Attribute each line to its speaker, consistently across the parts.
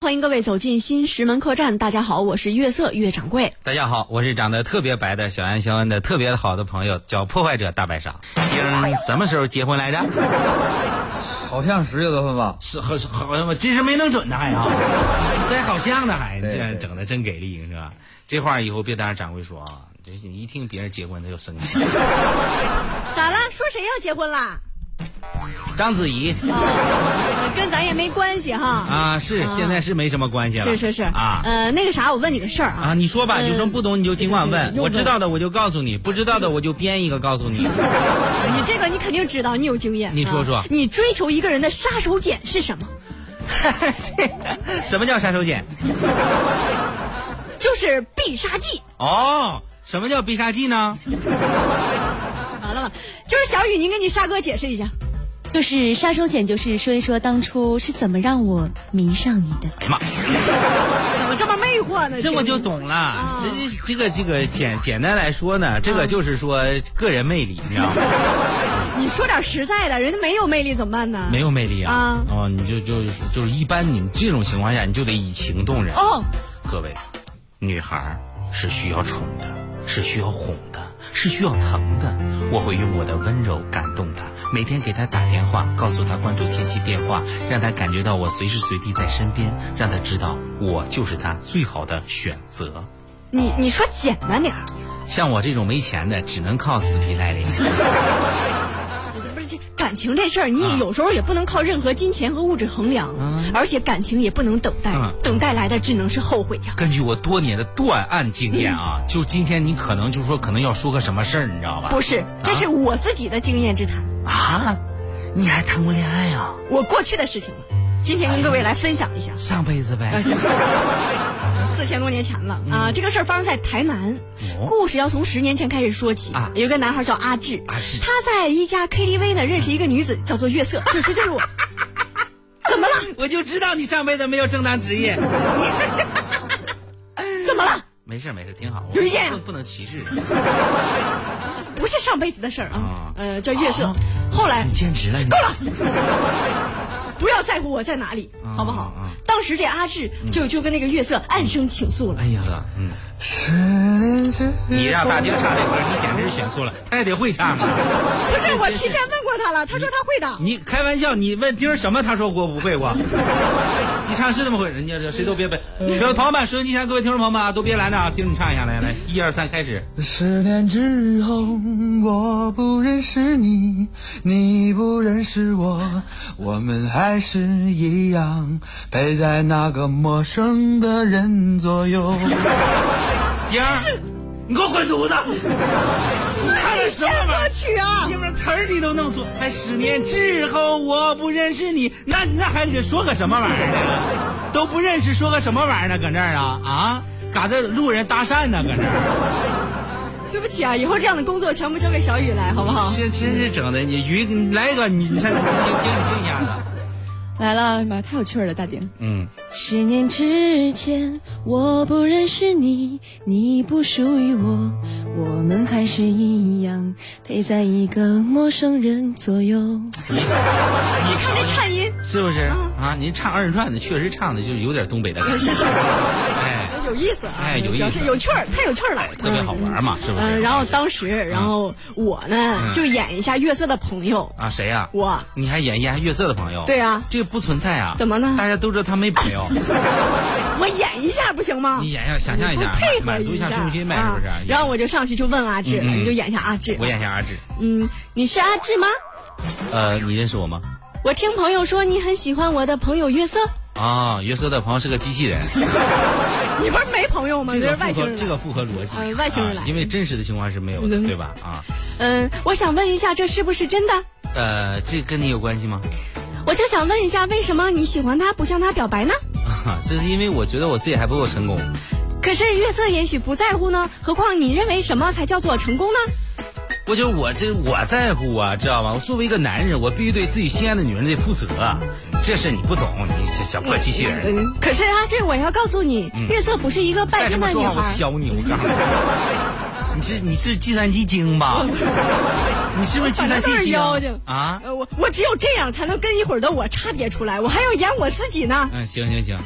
Speaker 1: 欢迎各位走进新石门客栈。大家好，我是月色月掌柜。
Speaker 2: 大家好，我是长得特别白的小安肖恩的特别好的朋友，叫破坏者大白鲨。丁什么时候结婚来着？
Speaker 3: 好像十月份吧。
Speaker 2: 是好好像真是没弄准呢，还啊，这好像呢，还
Speaker 3: 对
Speaker 2: 这
Speaker 3: 对
Speaker 2: 整的真给力，是吧？这话以后别当着掌柜说啊，这你一听别人结婚他就生 气。
Speaker 1: 咋了？说谁要结婚啦？
Speaker 2: 章子怡
Speaker 1: 跟咱也没关系哈。
Speaker 2: 啊，是现在是没什么关系了，
Speaker 1: 是是是
Speaker 2: 啊。
Speaker 1: 呃，那个啥，我问你个事儿啊。
Speaker 2: 啊，你说吧，
Speaker 1: 嗯
Speaker 2: 有什么不懂你就尽管问，我知道的我就告诉你，不知道的我就编一个告诉 你。
Speaker 1: 你这个你肯定知道，你有经验。
Speaker 2: 啊你说说
Speaker 1: 啊你追求一个人的杀手锏是什么？
Speaker 2: 什么叫杀手锏？
Speaker 1: 就是必杀技。
Speaker 2: 哦，什么叫必杀技呢？
Speaker 1: 完了吧？就是小雨，您跟你沙哥解释一下。
Speaker 4: 就是杀手锏，就是说一说当初是怎么让我迷上你的。
Speaker 2: 哎呀妈，
Speaker 1: 怎么这么魅惑呢？
Speaker 2: 这我就懂了。这这个这个简简单来说呢，这个就是说个人魅力，你知道吗？
Speaker 1: 你说点实在的，人家没有魅力怎么办呢？
Speaker 2: 没有魅力啊
Speaker 1: 啊，
Speaker 2: 哦，你就就就是一般你们这种情况下，你就得以情动人。
Speaker 1: 哦，
Speaker 2: 各位，女孩儿是需要宠的，是需要哄的，是需要疼的。我会用我的温柔感动她，每天给她打电话，告诉她关注天气变化，让她感觉到我随时随地在身边，让她知道我就是她最好的选择。
Speaker 1: 你你说简单点儿，
Speaker 2: 像我这种没钱的，只能靠死皮赖脸。
Speaker 1: 不是这感情这事儿，
Speaker 2: 啊
Speaker 1: 你有时候也不能靠任何金钱和物质衡量，而且感情也不能等待，
Speaker 2: 嗯
Speaker 1: 等待来的只能是后悔啊呀。
Speaker 2: 根据我多年的断案经验啊，就今天你可能就说可能要说个什么事儿，你知道吧？
Speaker 1: 不是，这是我自己的经验之谈，
Speaker 2: 啊，你还谈过恋爱啊？
Speaker 1: 我过去的事情了，今天跟各位来分享一下。
Speaker 2: 上辈 子呗。
Speaker 1: 四千多年前了啊、这个事儿发生在台南。
Speaker 2: 嗯哦
Speaker 1: 故事要从十年前开始说起
Speaker 2: 啊
Speaker 1: 有一个男孩叫阿志，
Speaker 2: 阿志嗯
Speaker 1: 他在一家 KTV 呢认识一个女子，叫做月 色，就是就是我。怎么了？
Speaker 2: 我就知道你上辈子没有正当职业。
Speaker 1: 怎么了？
Speaker 2: 没事没事，挺好。
Speaker 1: 有意见
Speaker 2: 不不能歧视人。
Speaker 1: 不是上辈子的事儿啊
Speaker 2: 啊，哦
Speaker 1: 呃，叫月色。后来
Speaker 2: 你兼职了？够了。
Speaker 1: 不要在乎我在哪里，好不好
Speaker 2: 啊啊？嗯
Speaker 1: 当时这阿志就就跟那个月色暗生情愫了
Speaker 2: 哎。呀，嗯。你让大靖唱这歌，你简直是选错了，他也得会唱啊！
Speaker 1: 不是，我提前问过他了，他说他会的。
Speaker 2: 你开玩笑，你问丁儿什么？他说我不会过。 你唱是这么回事，人家这谁都别背。各位朋友们，收音机前各位听众朋友们啊，都别拦着啊，听你唱一下，来来，一二三，开始。
Speaker 3: 十年之后，我不认识你，你不认识我，我们还是一样陪在那个陌生的人左右。
Speaker 2: 丁儿，你给我滚犊子！唱的什么玩意儿
Speaker 1: 作？曲啊，
Speaker 2: 要不然词儿你都弄错，还十年之后我不认识你，那那还得说个什么玩意儿呢？都不认识，说个什么玩意儿呢？搁那儿啊啊，嘎这路人搭讪呢，搁这儿，
Speaker 1: 对不起啊，以后这样的工作全部交给小雨来，好不好？
Speaker 2: 这真是整的，你鱼你来一个，你你看你听听一下子，
Speaker 4: 来了，妈，太有趣儿了，大丁。
Speaker 2: 嗯，
Speaker 4: 十年之前，我不认识你，你不属于我，我们还是一样陪在一个陌生人左右。
Speaker 2: 你你
Speaker 1: 看这颤 音，
Speaker 2: 是不是
Speaker 1: 嗯
Speaker 2: 啊？您唱二人转的确实唱的就是有点东北的感觉，哎，
Speaker 1: 有意思啊，
Speaker 2: 哎有意思
Speaker 1: 主要是有趣儿，太有趣儿了，
Speaker 2: 特别好玩嘛，是
Speaker 1: 嗯。
Speaker 2: 不
Speaker 1: 嗯，
Speaker 2: 是？嗯
Speaker 1: 然后当时，然后我呢就演一下月色的朋友，
Speaker 2: 啊，谁呀、
Speaker 1: 我
Speaker 2: 你还演演月色的朋友？
Speaker 1: 对啊
Speaker 2: 这个不存在啊。
Speaker 1: 怎么呢
Speaker 2: 大家都知道他没朋 友。
Speaker 1: 我演一下不行吗？
Speaker 2: 你演一下，想象一下，啊
Speaker 1: 配合
Speaker 2: 满足
Speaker 1: 一
Speaker 2: 一下
Speaker 1: 下
Speaker 2: 虚心呗，是
Speaker 1: 啊
Speaker 2: 不是？
Speaker 1: 然后我就上去就问阿志了，
Speaker 2: 嗯嗯
Speaker 1: 你就演一下阿志。
Speaker 2: 我演一下阿志，
Speaker 1: 嗯，你是阿志吗？
Speaker 2: 呃，你认识我吗？
Speaker 1: 我听朋友说你很喜欢我的朋友约瑟，
Speaker 2: 啊，约瑟的朋友是个机器人，
Speaker 1: 你不是没朋友吗？
Speaker 2: 这
Speaker 1: 你
Speaker 2: 个
Speaker 1: 是外
Speaker 2: 符
Speaker 1: 星
Speaker 2: 合
Speaker 1: 人。
Speaker 2: 这个符合逻辑，
Speaker 1: 嗯外星人
Speaker 2: 啊
Speaker 1: 来
Speaker 2: 因为真实的情况是没有的，
Speaker 1: 嗯
Speaker 2: 对吧？啊，
Speaker 1: 嗯，我想问一下，这是不是真的？
Speaker 2: 呃，这跟你有关系吗？
Speaker 1: 我就想问一下，为什么你喜欢他不向他表白呢？
Speaker 2: 啊，这是因为我觉得我自己还不够成功，
Speaker 1: 可是月色也许不在乎呢，何况你认为什么才叫做成功呢？
Speaker 2: 我觉得我这我在乎啊，知道吗？我作为一个男人，我必须对自己心爱的女人得负责，这事你不懂，你小小破机器人，
Speaker 1: 嗯，可是啊，这我要告诉你，月色不是一个
Speaker 2: 再
Speaker 1: 拜
Speaker 2: 这
Speaker 1: 金
Speaker 2: 么
Speaker 1: 的
Speaker 2: 说
Speaker 1: 女
Speaker 2: 话我
Speaker 1: 孩。
Speaker 2: 削你，我告诉你。你是你是计算机精吧？你是不是计算
Speaker 1: 我
Speaker 2: 机
Speaker 1: 是
Speaker 2: 精
Speaker 1: 妖精
Speaker 2: 啊？
Speaker 1: 呃，我我只有这样才能跟一会儿的我差别出来，我还要演我自己呢。
Speaker 2: 嗯，行行行，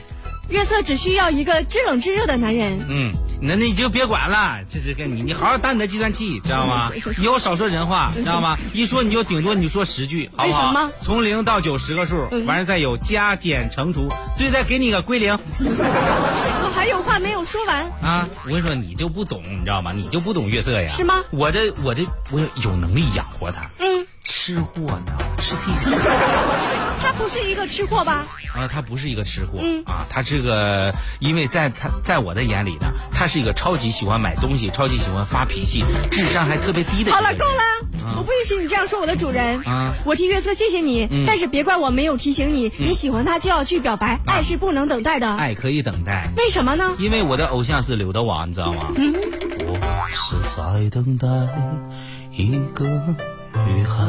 Speaker 1: 月色只需要一个知冷知热的男人。
Speaker 2: 嗯，那那你就别管了，这这跟你你好好打你的计算器，知道吗
Speaker 1: 嗯是是？是
Speaker 2: 以后少说人话，知道吗？一说你就顶多你就说十句，好不好？
Speaker 1: 为什么
Speaker 2: 从零到九十个数，
Speaker 1: 嗯
Speaker 2: 完了再有加减乘除，最后再给你个归零
Speaker 1: 我还有话没有说完，
Speaker 2: 啊！我跟你说，你就不懂，你知道吗？你就不懂月色呀？
Speaker 1: 是吗
Speaker 2: 我这我这我有能力养活他，
Speaker 1: 嗯，
Speaker 2: 吃货你知道吗？吃地
Speaker 1: 他不是一个吃货吧？
Speaker 2: 啊，他不是一个吃货、
Speaker 1: 嗯
Speaker 2: 啊，他是个，因为在他在我的眼里呢，他是一个超级喜欢买东西、超级喜欢发脾气、智商还特别低的一个 人。
Speaker 1: 好了，够了，我不允许你这样说我的主人。
Speaker 2: 啊
Speaker 1: 我替月色谢谢你，但是别怪我没有提醒你，你喜欢他就要去表白，爱是不能等待的。
Speaker 2: 爱可以等待，
Speaker 1: 为什么呢？
Speaker 2: 因为我的偶像是刘德华，你知道吗？
Speaker 1: 嗯
Speaker 2: 我是在等待一个女孩，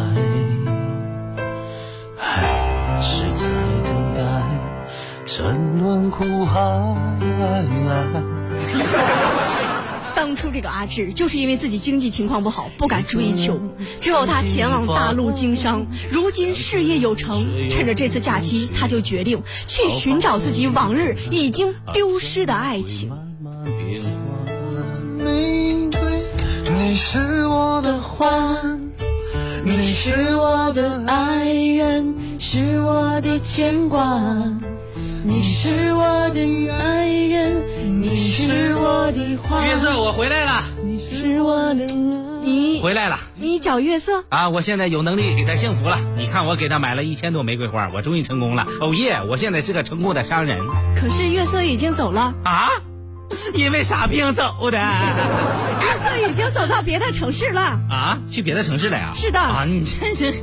Speaker 2: 爱是在等待沉沦苦海。
Speaker 1: 当初这个阿志就是因为自己经济情况不好，不敢追求。之后他前往大陆经商，如今事业有成，趁着这次假期，他就决定去寻找自己往日已经丢失的爱情。
Speaker 3: 玫瑰，你是我的花，
Speaker 4: 你是我的爱人，是我的牵挂。你是我的爱人，你是我的花，
Speaker 2: 月色，我回来了，
Speaker 4: 是我的
Speaker 1: 你
Speaker 2: 回来了。
Speaker 1: 你找月色，
Speaker 2: 啊！我现在有能力给他幸福了。你看，我给他买了一千朵玫瑰花，我终于成功了。哦耶！我现在是个成功的商人
Speaker 1: 可是月色已经走了，
Speaker 2: 啊！因为傻病走的
Speaker 1: 月色已经走到别的城市了。
Speaker 2: 啊，去别的城市了呀？
Speaker 1: 是的
Speaker 2: 啊，你这这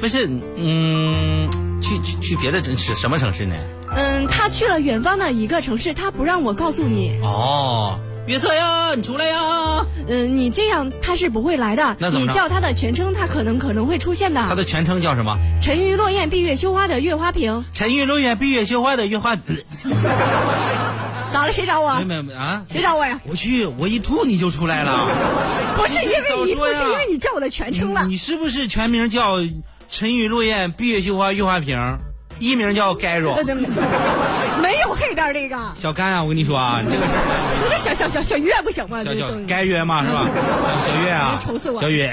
Speaker 2: 不是嗯，去去去别的城市什么城市呢？
Speaker 1: 嗯，他去了远方的一个城市，他不让我告诉你。
Speaker 2: 哦，约瑟呀，你出来呀！
Speaker 1: 嗯，你这样他是不会来的。
Speaker 2: 那怎么
Speaker 1: 你
Speaker 2: 着
Speaker 1: 叫他的全称，他可能可能会出现
Speaker 2: 他
Speaker 1: 的。
Speaker 2: 的全称叫什么？
Speaker 1: 沉鱼落雁，闭月羞花的月花瓶。
Speaker 2: 沉鱼落雁，闭月羞花的月花。呃
Speaker 1: 咋了？谁找我？
Speaker 2: 没有没有啊！
Speaker 1: 谁找我呀？
Speaker 2: 我去，我一吐你就出来 了。
Speaker 1: 不是因为你
Speaker 2: 早
Speaker 1: 不
Speaker 2: 说呀
Speaker 1: 是因为你叫我的全称了
Speaker 2: 你。你是不是全名叫沉鱼落雁、闭月羞花、月花瓶？艺名叫 g a r
Speaker 1: 呃
Speaker 2: o
Speaker 1: 对 没有黑边儿这个，
Speaker 2: 小甘啊，我跟你说啊，
Speaker 1: 嗯
Speaker 2: 你这个事儿
Speaker 1: 你这小小小小月不行吗？
Speaker 2: 小
Speaker 1: 这
Speaker 2: 小
Speaker 1: 东西
Speaker 2: 该约嘛是吧？
Speaker 1: 嗯
Speaker 2: 小月啊，
Speaker 1: 愁死我
Speaker 2: 小月，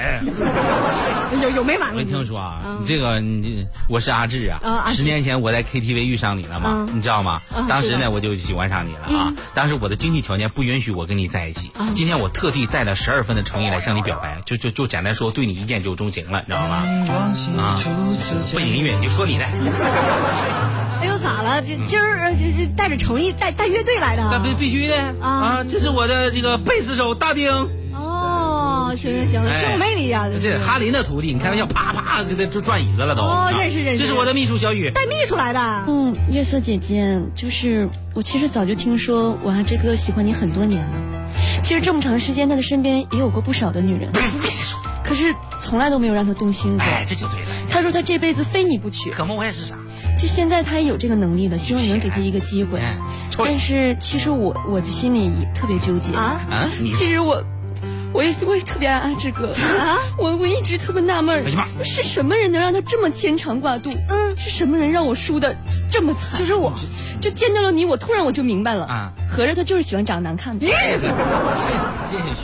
Speaker 1: 有有没完
Speaker 2: 我
Speaker 1: 了你
Speaker 2: 跟你？听说啊
Speaker 1: 嗯，
Speaker 2: 你这个你这我是阿志
Speaker 1: 啊
Speaker 2: 啊
Speaker 1: 阿，志
Speaker 2: 十年前我在 KTV 遇上你了嘛，
Speaker 1: 嗯
Speaker 2: 你知道吗
Speaker 1: 啊？
Speaker 2: 当时
Speaker 1: 知
Speaker 2: 呢
Speaker 1: 道嗯
Speaker 2: 我就喜欢上你了啊，当时我的经济条件不允许我跟你在一起，今天我特地带了十二分的诚意来向你表白，就就就简单说对你一见就钟情了，你知道
Speaker 1: 嗯
Speaker 2: 吗？
Speaker 3: 忘记初次
Speaker 2: 背
Speaker 3: 见
Speaker 2: 景音乐你就说你的，
Speaker 1: 哎呦，咋了？
Speaker 2: 嗯
Speaker 1: 这今儿呃这这带着诚意带带乐队来的
Speaker 2: 那
Speaker 1: 啊
Speaker 2: 必？必须的
Speaker 1: 啊
Speaker 2: 啊！这是我的这个贝斯手大丁。
Speaker 1: 哦，行行行，
Speaker 2: 哎
Speaker 1: 挺有魅力呀！
Speaker 2: 这是哈林的徒弟，你开玩笑，啪啪给他就转椅子了都。
Speaker 1: 哦
Speaker 2: 啊
Speaker 1: 认识认识
Speaker 2: 这是我的秘书小雨。
Speaker 1: 带秘书来的。
Speaker 4: 嗯，月色姐姐，就是我其实早就听说我阿志哥喜欢你很多年了。其实这么长时间，他的身边也有过不少的女人，
Speaker 2: 别说，
Speaker 4: 可是从来都没有让他动心过。
Speaker 2: 哎，这就对了。
Speaker 4: 他说他这辈子非你不娶。
Speaker 2: 可梦我也是傻，
Speaker 4: 就现在他也有这个能力了，希望你能给他一个机会
Speaker 2: 哎。
Speaker 4: 但是其实我我的心里特别纠结
Speaker 1: 啊
Speaker 2: 啊你
Speaker 4: 其实我。我也我也特别爱阿志哥啊！ 我我一直特别纳闷儿
Speaker 2: 哎呀，
Speaker 4: 是什么人能让他这么牵肠挂肚？嗯，是什么人让我输的这么惨？
Speaker 1: 就是我，
Speaker 4: 就见到了你，我突然我就明白了
Speaker 2: 啊
Speaker 4: 合着他就是喜欢长得难看的。
Speaker 2: 谢
Speaker 1: 等
Speaker 2: 谢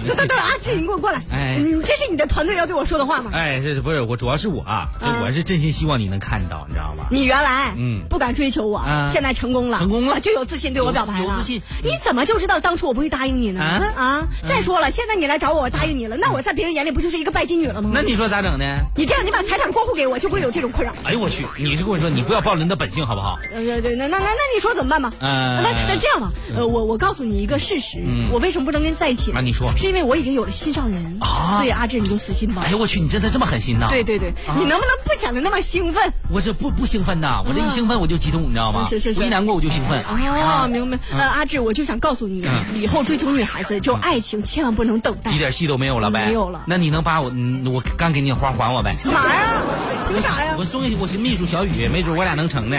Speaker 2: 徐
Speaker 1: 等等。啊，志，你给我过来。
Speaker 2: 哎
Speaker 1: 嗯，这是你的团队要对我说的话吗？
Speaker 2: 哎，这是不是我？主要是我啊，这
Speaker 1: 啊
Speaker 2: 我是真心希望你能看到，你知道吗？
Speaker 1: 你原来
Speaker 2: 嗯
Speaker 1: 不敢追求我
Speaker 2: 啊，
Speaker 1: 现在成功了，啊
Speaker 2: 成功了
Speaker 1: 就有自信对我表白了。
Speaker 2: 有有自信
Speaker 1: 你怎么就知道当初我不会答应你呢？
Speaker 2: 啊
Speaker 1: 啊！再说了，现在你来找我，我答应你了，那我在别人眼里不就是一个拜金女了吗？
Speaker 2: 那你说咋整呢？
Speaker 1: 你这样，你把财产过户给我，就不会有这种困扰。
Speaker 2: 哎呦我去！你是跟我说你不要暴露你的本性好不好？
Speaker 1: 呃，对对，那那那那你说怎么办吧？
Speaker 2: 呃
Speaker 1: 那那这样吧，呃，我我告诉你一个事实，我为什么不能跟你在一起呢？
Speaker 2: 嗯啊你说
Speaker 1: 是因为我已经有了心上人，
Speaker 2: 啊
Speaker 1: 所以阿志你就死心吧
Speaker 2: 哎。呦啊我去！你真的这么狠心呐？
Speaker 1: 对，对对，你能不能不显得那么兴奋？
Speaker 2: 我这不不兴奋呐，我这一兴奋我就激动，你知道吗？
Speaker 1: 啊是是是
Speaker 2: 我一难过我就兴奋。
Speaker 1: 哦，明白。
Speaker 2: 嗯
Speaker 1: 呃，阿志，我就想告诉你，以后追求女孩子，就爱情千万不能等待
Speaker 2: 一。点戏都没有了呗？
Speaker 1: 没有了
Speaker 2: 那你能把我嗯我刚给你的花还我呗？
Speaker 1: 干嘛呀？凭啥
Speaker 2: 我
Speaker 1: 呀？
Speaker 2: 送给我是秘书小雨，没准我俩能成呢。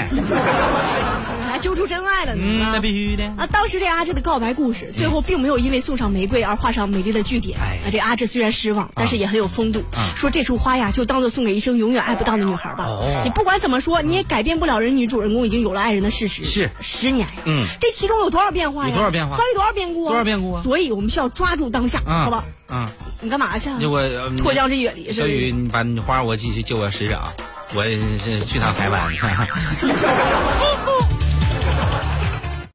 Speaker 1: 还揪出出真爱了呢。
Speaker 2: 嗯，
Speaker 1: 啊
Speaker 2: 那必须的。
Speaker 1: 啊，当时这阿志的告白故事，最后并没有因为送上玫瑰而画上美丽的句点。
Speaker 2: 哎嗯
Speaker 1: 啊，这阿志虽然失望，但是也很有风度，说这束花呀，就当做送给一生永远爱不到的女孩吧。
Speaker 2: 哦
Speaker 1: 你不管怎么说，你也改变不了人女主人公已经有了爱人的事实。
Speaker 2: 是
Speaker 1: 十年呀，
Speaker 2: 嗯，
Speaker 1: 这其中有多少变化呀？
Speaker 2: 有多少变化
Speaker 1: 遭遇多少变故啊？
Speaker 2: 多少变故啊
Speaker 1: 所以我们需要抓住当下，
Speaker 2: 嗯，
Speaker 1: 好吧？
Speaker 2: 嗯，
Speaker 1: 你干嘛去啊？
Speaker 2: 就我呃
Speaker 1: 脱缰之远离是
Speaker 2: 小
Speaker 1: 不
Speaker 2: 雨，
Speaker 1: 是？
Speaker 2: 你 把你花我借借我使使啊，我是去趟台湾。